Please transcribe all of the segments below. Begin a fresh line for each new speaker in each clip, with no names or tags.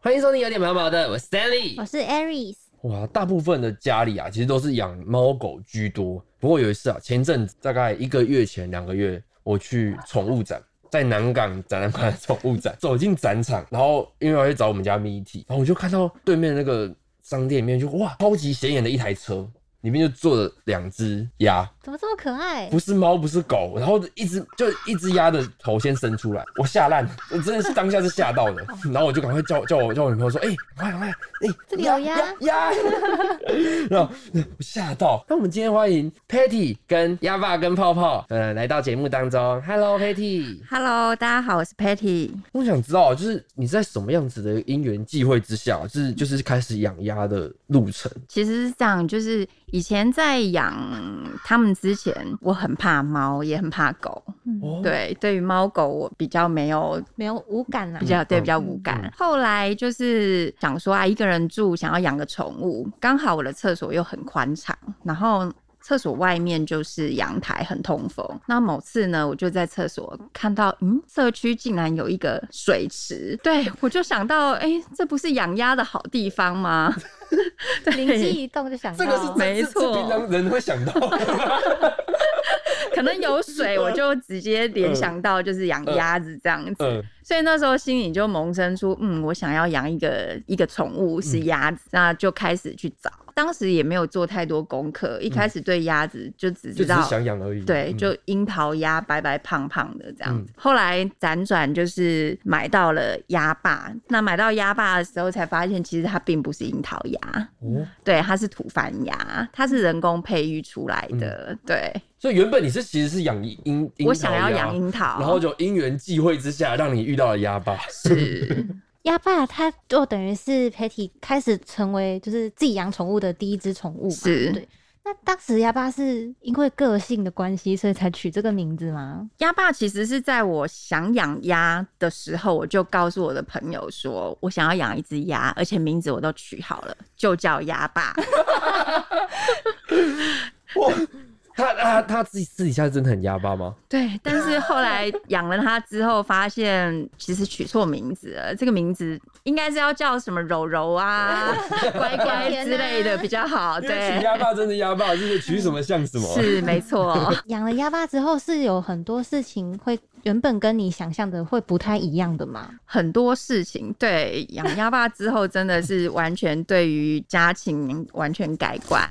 欢迎收听有点毛毛的，我是
我
Stanley。
是 Aries，
哇，大部分的家里啊，其实都是养猫狗居多。不过有一次啊，前阵子大概一个月前、两个月，我去宠物展，在南港展览馆的宠物展，走进展场，然后因为我要去找我们家 Miki，然后我就看到对面那个商店里面就哇，超级显眼的一台车，里面就坐了两只鸭，
怎么这么可爱？
不是猫，不是狗，然后一只就一只鸭的头先伸出来，我吓烂，我真的是当下是吓到的，然后我就赶快叫叫我叫我女朋友说，哎、赶快赶快，哎、
这里有
鸭，然后我吓到。那我们今天欢迎 Patty 跟鸭爸跟泡泡，呃，来到节目当中，Hello Patty，
Hello，大家好，我是 Patty。
我想知道就是你在什么样子的因缘际会之下，就是就是开始养鸭的路程，
其实是这样，就是以前在养它们之前，我很怕猫，也很怕狗。
哦，
对，对于猫狗，我比较没有
没有无感啊啦
比。较
嗯
对比较无感。
嗯
后来就是想说啊，一个人住，想要养个宠物，刚好我的厕所又很宽敞，然后。厕所外面就是阳台，很通风。那某次呢，我就在厕所看到，嗯，社区竟然有一个水池，对我就想到，哎、这不是养鸭的好地方吗？对
灵机一动就想到，
这个是
没
这这
错
这平常人会想到 的，
可能 有水，我就直接联想到就是养鸭子这样子，
嗯
所以那时候心里就萌生出，嗯，我想要养一个一个宠
嗯
物是鸭子，那就开始去找。当时也没有做太多功课，一开始对鸭子就只
嗯就
知
只
道
是想养而已，
对，
嗯
就樱桃鸭白白胖胖的这样子。后来辗转就是买到了鸭爸，那买到鸭爸的时候才发现，其实它并不是樱桃鸭，
哦。
对，它是土番鸭，它是人工培育出来的，
嗯
对。
所以原本你是其实是养樱樱，樱
我
桃
想
鸭
要养樱桃，
然后就因缘际会之下，让你遇到了鸭爸。
是
鸭爸，它就等于是 Patty 开始成为就是自己养宠物的第一只宠物嘛。
是
对。那当时鸭爸是因为个性的关系，所以才取这个名字吗？
鸭爸，其实是在我想养鸭的时候，我就告诉我的朋友说，我想要养一只鸭，而且名字我都取好了，就叫鸭爸。
哇，他他他自己私底下真的很鸭爸吗？
对，但是后来养了它之后，发现其实取错名字了，这个名字应该是要叫什么柔柔啊、乖乖之类的比较好。
因为
哦对
取，鸭爸真的鸭爸，就是取什么像什么。啊
是没错。
养了鸭爸之后，是有很多事情会原本跟你想象的会不太一样的嘛？
很多事情，对养鸭爸之后，真的是完全对于家禽完全改观，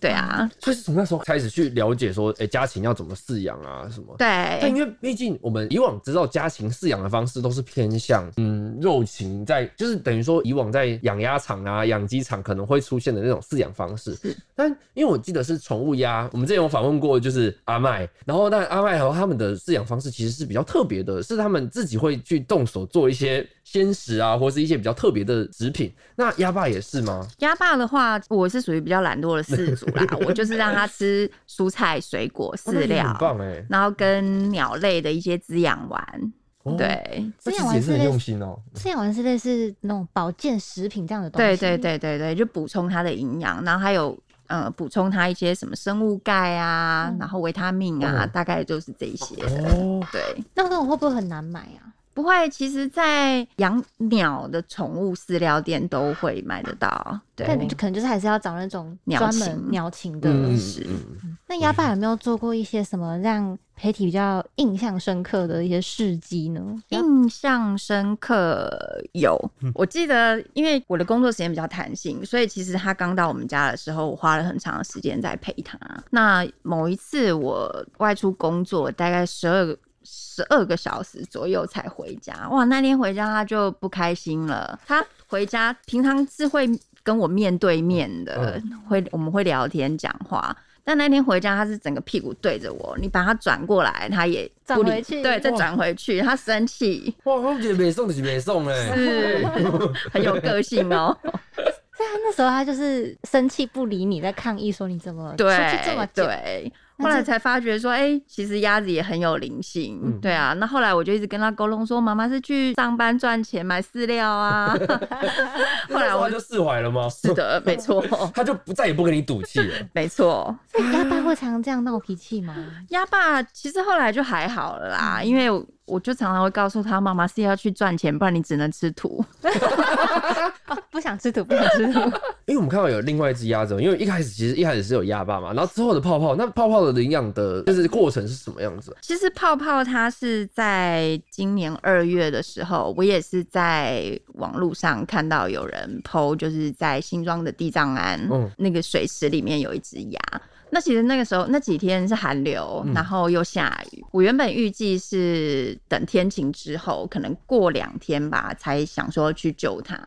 对啊，
所以是从那时候开始去了解说，哎、家禽要怎么饲养啊，什么。但
对
因为毕竟我们以往知道家禽饲养的方式都是偏向嗯肉禽在，就是等于说以往在养鸭场啊、养鸡场可能会出现的那种饲养方式。但因为我记得是宠物鸭，我们之前有访问过，就是阿麦，然后但阿麦和他们的饲养方式其实是比较特别的，是他们自己会去动手做一些鲜食啊，或是一些比较特别的食品。那鸭爸也是吗？
鸭爸的话，我是属于比较懒惰的饲主啦，我就是让它吃蔬菜、水果、
哦那
饲
也
料
很，棒哎、
然后跟鸟类的一些滋养丸，
哦，
对。
这
饲
其实
养
也
完
是
是
很
类
用
似，
心哦、
饲养完是类似那种保健食品这样的东
对
西。
对对对对，就补充它的营养，然后还有呃补充它一些什么生物钙啊，
嗯
然后维他命啊，
嗯
大概就是这一些。
哦，
对，
那那种会不会很难买啊？
不会，其实，在养鸟的宠物饲料店都会买得到。
但
对，
就可能就是还是要找那种
鸟
专
禽
门鸟禽的。
嗯
是
嗯
那鸭爸有没有做过一些什么让 Patty 比较印象深刻的一些事迹呢？
印象深刻有，我记得，因为我的工作时间比较弹性，所以其实他刚到我们家的时候，我花了很长的时间在陪他。那某一次我外出工作，大概十二个。十二个小时左右才回家，哇！那天回家他就不开心了。他回家平常是会跟我面对面的，会我们会聊天讲话。但那天回家，他是整个屁股对着我，你把他转过来，他也不理
转回去
对，再
哇
转回去，他生气，
哇，我觉得北宋就是北宋哎，
是 很有个性 哦、
对啊，那时候他就是生气不理你，在抗议说你怎么出
对
去这么久？
对。
那
后来
这
才发觉说，哎、其实鸭子也很有灵性，
嗯
对啊。那后来我就一直跟他沟通说，妈妈是去上班赚钱买饲 料啊。后来我
他就释怀了吗？
是的，没错，
他就不再也不跟你赌气了。
没错。
所以鸭爸会常这样闹脾气吗？嗯
鸭爸其实后来就还好了啦，因为我就常常会告诉他，妈妈是要去赚钱，不然你只能吃土。
哦， 不想吃土，不想吃土。
因为我们看到有另外一只鸭子，因为一开始其实一开始是有鸭爸嘛，然后之后的泡泡，那泡泡的领养的就是过程是什么样子？
其实泡泡它是在今年二月的时候，我也是在网络上看到有人 PO，就是在新庄的地藏庵、
嗯
那个水池里面有一只鸭。那其实那个时候那几天是寒流
嗯，
然后又下雨。我原本预计是等天晴之后，可能过两天吧，才想说去救它。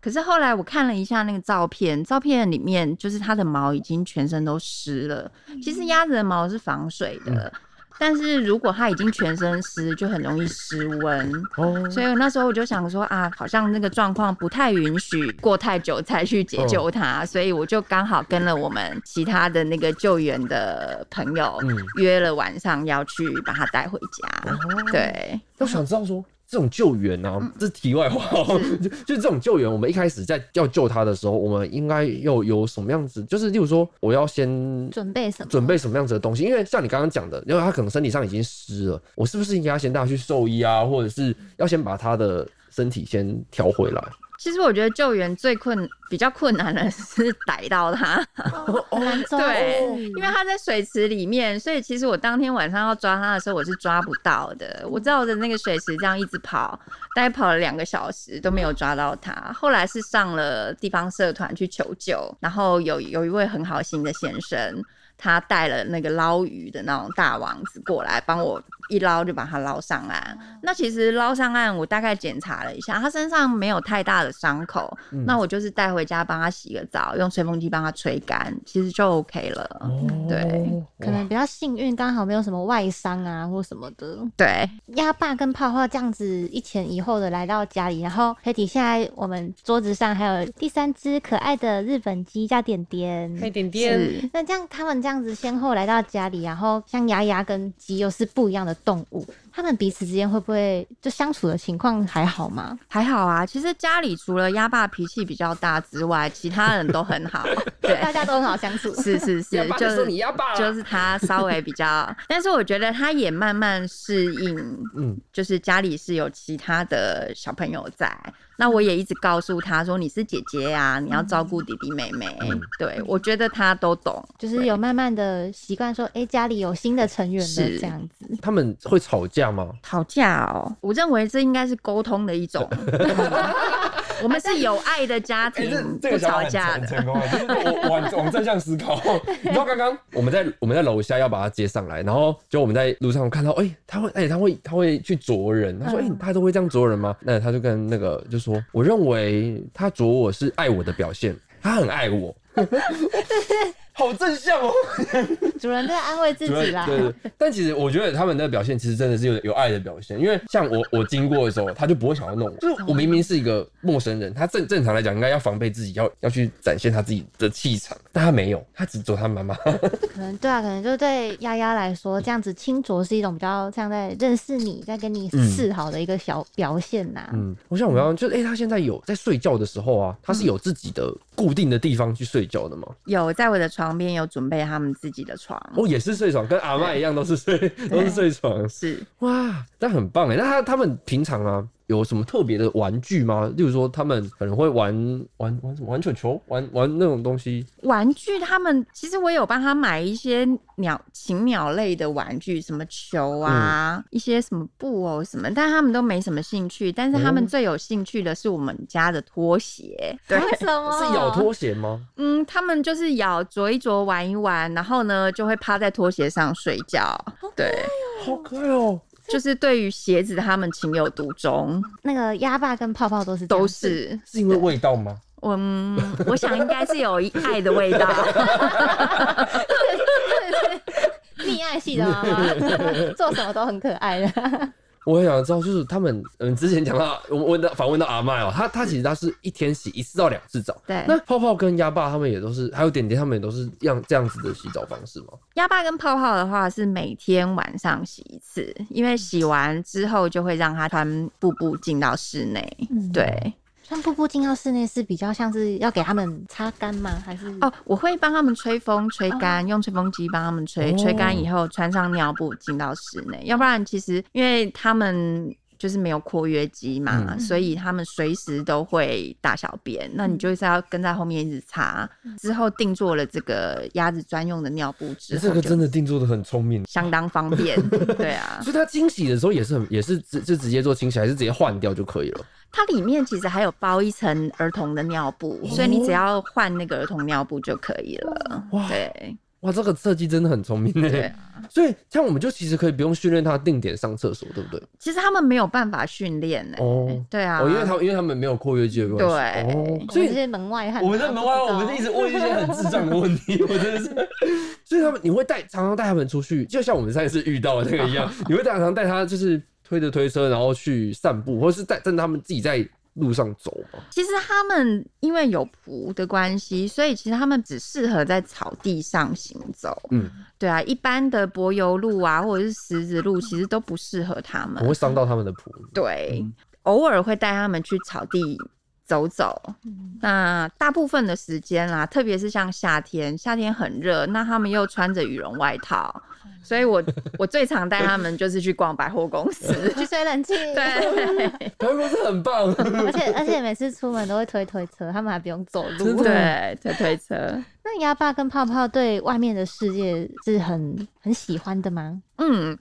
可是后来我看了一下那个照片，照片里面就是它的毛已经全身都湿了。其实鸭子的毛是防水
嗯
的，但是如果它已经全身湿，就很容易失温。
哦，
所以我那时候我就想说啊，好像那个状况不太允许过太久才去解救它，所以我就刚好跟了我们其他的那个救援的朋友、
嗯
约了晚上要去把它带回家。对，
我想知道说，这种救援啊，这是题外话、哦， 就就这种救援，我们一开始在要救他的时候，我们应该要有什么样子？就是例如说，我要先
准备什么？
准备什么样子的东西？因为像你刚刚讲的，因为他可能身体上已经湿了，我是不是应该先带他去兽医啊，或者是要先把他的身体先调回来？
其实我觉得救援最困比较困难的是逮到它。
很难抓
对
住，
因为它在水池里面，所以其实我当天晚上要抓它的时候，我是抓不到的。我绕着那个水池这样一直跑，大概跑了两个小时都没有抓到它。后来是上了地方社团去求救，然后有有一位很好心的先生。他带了那个捞鱼的那种大网子过来，帮我一捞就把它捞上岸。那其实捞上岸，我大概检查了一下，它身上没有太大的伤口，
嗯
那我就是带回家帮它洗个澡，用吹风机帮它吹干，其实就 OK 了。嗯对
哦哇
可能比较幸运，刚好没有什么外伤啊或什么的。
对，
鸭爸跟泡泡这样子一前一后的来到家里，然后佩蒂现在我们桌子上还有第三只可爱的日本鸡叫点
快
点。
点点，
是
那这样他们这样子先后来到家里，然后像牙牙跟鸡又是不一样的动物，他们彼此之间会不会就相处的情况还好吗？
还好啊。其实家里除了鸭爸脾气比较大之外，其他人都 很好。对，
大家都很好相处。
是是
鸭
是，
爸
就
就说
是
你鸭爸啦
就是他稍微比较， 但是我觉得他也慢慢适应，
嗯，
就是家里是有其他的小朋友在。那我也一直告诉他说你是姐姐啊，你要照顾弟弟妹妹。
嗯
对，我觉得他都懂。
就是有慢慢的习惯说，哎、家里有新的成员了
是
这样子。
他们会吵架吗？
吵架哦，我认为这应该是沟通的 一种。 我们是有爱的家
哎、
庭，
这这
嗯不
个想法
吵
很
架
很
的。
成功啊！就是我往往正向思 考。你知道刚刚我们在我们在楼下要把他接上来，然后就我们在路上看到，哎、他会哎、他会他会去啄人。他说，
嗯
哎、他都会这样啄人吗？那他就跟那个就说，我认为他啄我是爱我的表现，他很爱 我。好正向哦，
主人在安慰自己啦。
对对。 但其实我觉得他们的表现其实真的是有有爱的表现，因为像我 我经过的时候，他就不会想要弄我。就是我明明是一个陌生人，他正正常来讲应该要防备自己，要要去展现他自己的气场，但他没有，他只走他妈妈。
可能对啊，可能就对丫丫来说，这样子清浊是一种比较像在认识你，在跟你示好的一个小表现呐、
嗯，我想我刚刚就是，哎、他现在有在睡觉的时候啊，他是有自己的固定的地方去睡觉的嘛。
嗯
有在我的床边有准备他们自己的床，
哦，也是睡床，跟阿嬷一样都是 睡都是睡床。
是
哇，那很棒哎！那他他们平常啊有什么特别的玩具吗？例如说，他们可能会玩玩玩什么玩球球，玩玩那种东西。
玩具。他们其实我有帮他买一些鸟禽鸟类的玩具，什么球啊，
嗯
一些什么布偶什么，但他们都没什么兴趣。但是他
哦
们最有兴趣的是我们家的拖鞋，对。
为什么？
是咬拖鞋吗？
嗯，他们就是咬啄一啄，玩一玩，然后呢就会趴在拖鞋上睡觉。
哦
对，
好可爱哦、
就是对于鞋子，他们情有独钟，
那个鸭爸跟泡泡都是这样
都
子。
是
是因为味道吗？
我、嗯，我想应该是有一爱的味 道。
溺爱系的 妈妈，做什么都很可爱的。
我很想知道，就是他们嗯，之前讲到我问到访问到阿嬷哦、她她其实她是一天洗一次到两次澡。
对，
那泡泡跟鸭爸他们也都是，还有点点他们也都是这样这样子的洗澡方式吗？
鸭爸跟泡泡的话是每天晚上洗一次，
嗯
因为洗完之后就会让它穿布布进到室内。
嗯
对，
穿瀑布进到室内是比较像是要给他们擦干吗？还是
哦，我会帮他们吹风、吹干，用吹风机帮他们吹，
嗯哦
吹干以后穿上尿布进到室内。要不然，其实因为他们就是没有括约肌嘛，
嗯
所以他们随时都会大小便。那你就是要跟在后面一直擦。
嗯
之后定做了这个鸭子专用的尿布之后，
这个真的定做的很聪明。
相当方便。 对啊，
所以它清洗的时候也是很，也是直就直接做清洗，还是直接换掉就可以了。
它里面其实还有包一层儿童的尿布，
哦
所以你只要换那个儿童尿布就可以了。
哇
对
哇，这个设计真的很聪明
对
呢。所以像我们就其实可以不用训练它定点上厕所，对不对？
其实他们没有办法训练呢、
哦
对啊，
哦，因为他因为他们没有括约肌的关系。
对
哦，
我
所
们
以
这些门外汉啊？
我们在门外，
不知
我
道
们一直问一些很智障的问 题，我真的是。所以他们，你会带常常带他们出去，就像我们上一次遇到的那个 一样，你会常常带他就是推着推车，然后去散步，或是带带他们自己在路上走吗？
其实他们因为有蹼的关系，所以其实他们只适合在草地上行走。
嗯，
对啊，一般的柏油路啊，或者是石子路，其实都不适合他们
我。会伤到他们的蹼。
对，偶尔会带他们去草地走走。
嗯
那大部分的时间啦，特别是像夏天，夏天很热，那他们又穿着羽绒外套，所以我我最常带他们就是去逛百货 公司。
去吹冷气，
对。
台湾公司很棒，
而且而且每次出门都会推推车，他们还不用走
真
路
的。
对，推推车。
那鸭爸跟泡泡对外面的世界是很很喜欢的吗？
嗯，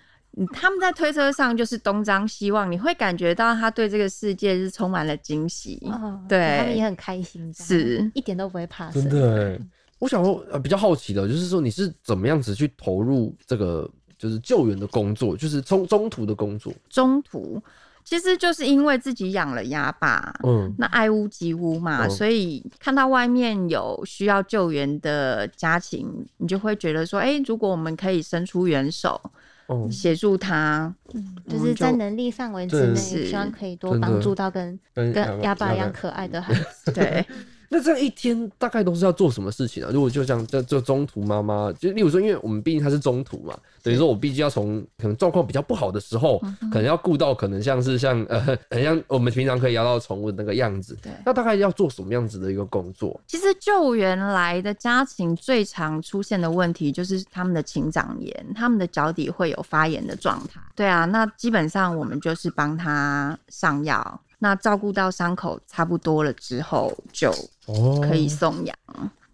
他们在推车上就是东张西望，你会感觉到他对这个世界是充满了惊喜。
哦，
对
他们也很开心，这样
是
一点都不会怕生
真。的欸。我想说，呃，比较好奇的就是说，你是怎么样子去投入这个就是救援的工作，就是中中途的工作？
中途其实就是因为自己养了鸭爸。
嗯，
那爱屋及乌嘛，
嗯
所以看到外面有需要救援的家禽，你就会觉得说，哎、如果我们可以伸出援手
哦，
协助他，
嗯，
我
就
们
是在
就
能力范围之
对
内，
是
希望可以多
真的嗯
帮助到跟
跟
跟鸭爸一样
可。
可爱的孩子。
对，
那这样一天大概都是要做什么事情啊？如果就像这这中途妈妈，就例如说，因为我们毕竟她是中途嘛，等于说我毕竟要从可能状况比较不好的时候，
嗯
可能要顾到可能像是像呃，很像我们平常可以聊到宠物的那个样子。
对
那大概要做什么样子的一个工作？
其实救援来的家禽最常出现的问题就是他们的禽长炎，他们的脚底会有发炎的状态。对啊，那基本上我们就是帮他上药，那照顾到伤口差不多了之后就
哦
可以送养。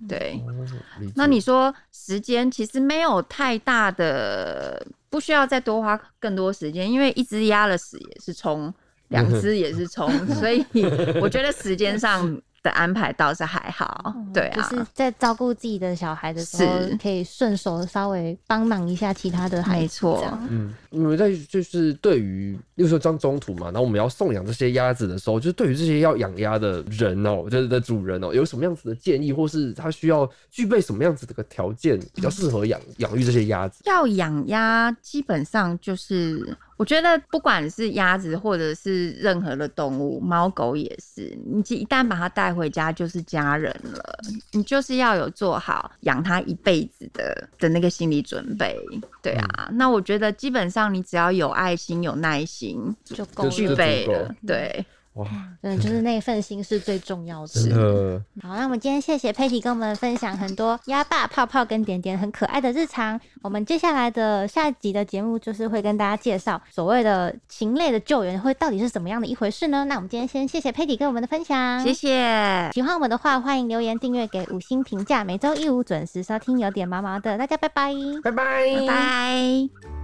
对，
理解
那你说时间其实没有太大的，不需要再多花更多时间，因为一只压了死也是冲，两只也是冲，所以我觉得时间上的安排倒是还好。对
哦
啊，
就是在照顾自己的小孩的时候
是，
可以顺手稍微帮忙一下其他的孩子。
没错
这样
嗯，你们在就是对于，例如说当中途嘛，然后我们要送养这些鸭子的时候，就是对于这些要养鸭的人哦、就是的主人哦、有什么样子的建议，或是他需要具备什么样子的个条件，比较适合养养育这些鸭子？
要养鸭，基本上就是我觉得不管是鸭子或者是任何的动物，猫狗也是，你一旦把它带回家就是家人了，你就是要有做好养它一辈子的的那个心理准备。对啊，
嗯
那我觉得基本上你只要有爱心、有耐心，
就够
就
具
是
了。
就
备
足够
了，对，
哇，
嗯，就是那份心是最重要的。
真的，
好，那我们今天谢谢佩奇跟我们分享很多鸭爸、泡泡跟点点很可爱的日常。我们接下来的下一集的节目就是会跟大家介绍所谓的禽类的救援会到底是怎么样的一回事呢？那我们今天先谢谢佩奇跟我们的分
嗯
享，
谢谢，
喜欢我们的话，欢迎留言、订阅、给五星评价。每周一五准时收听，有点毛毛的，大家拜拜。
拜拜，
拜拜。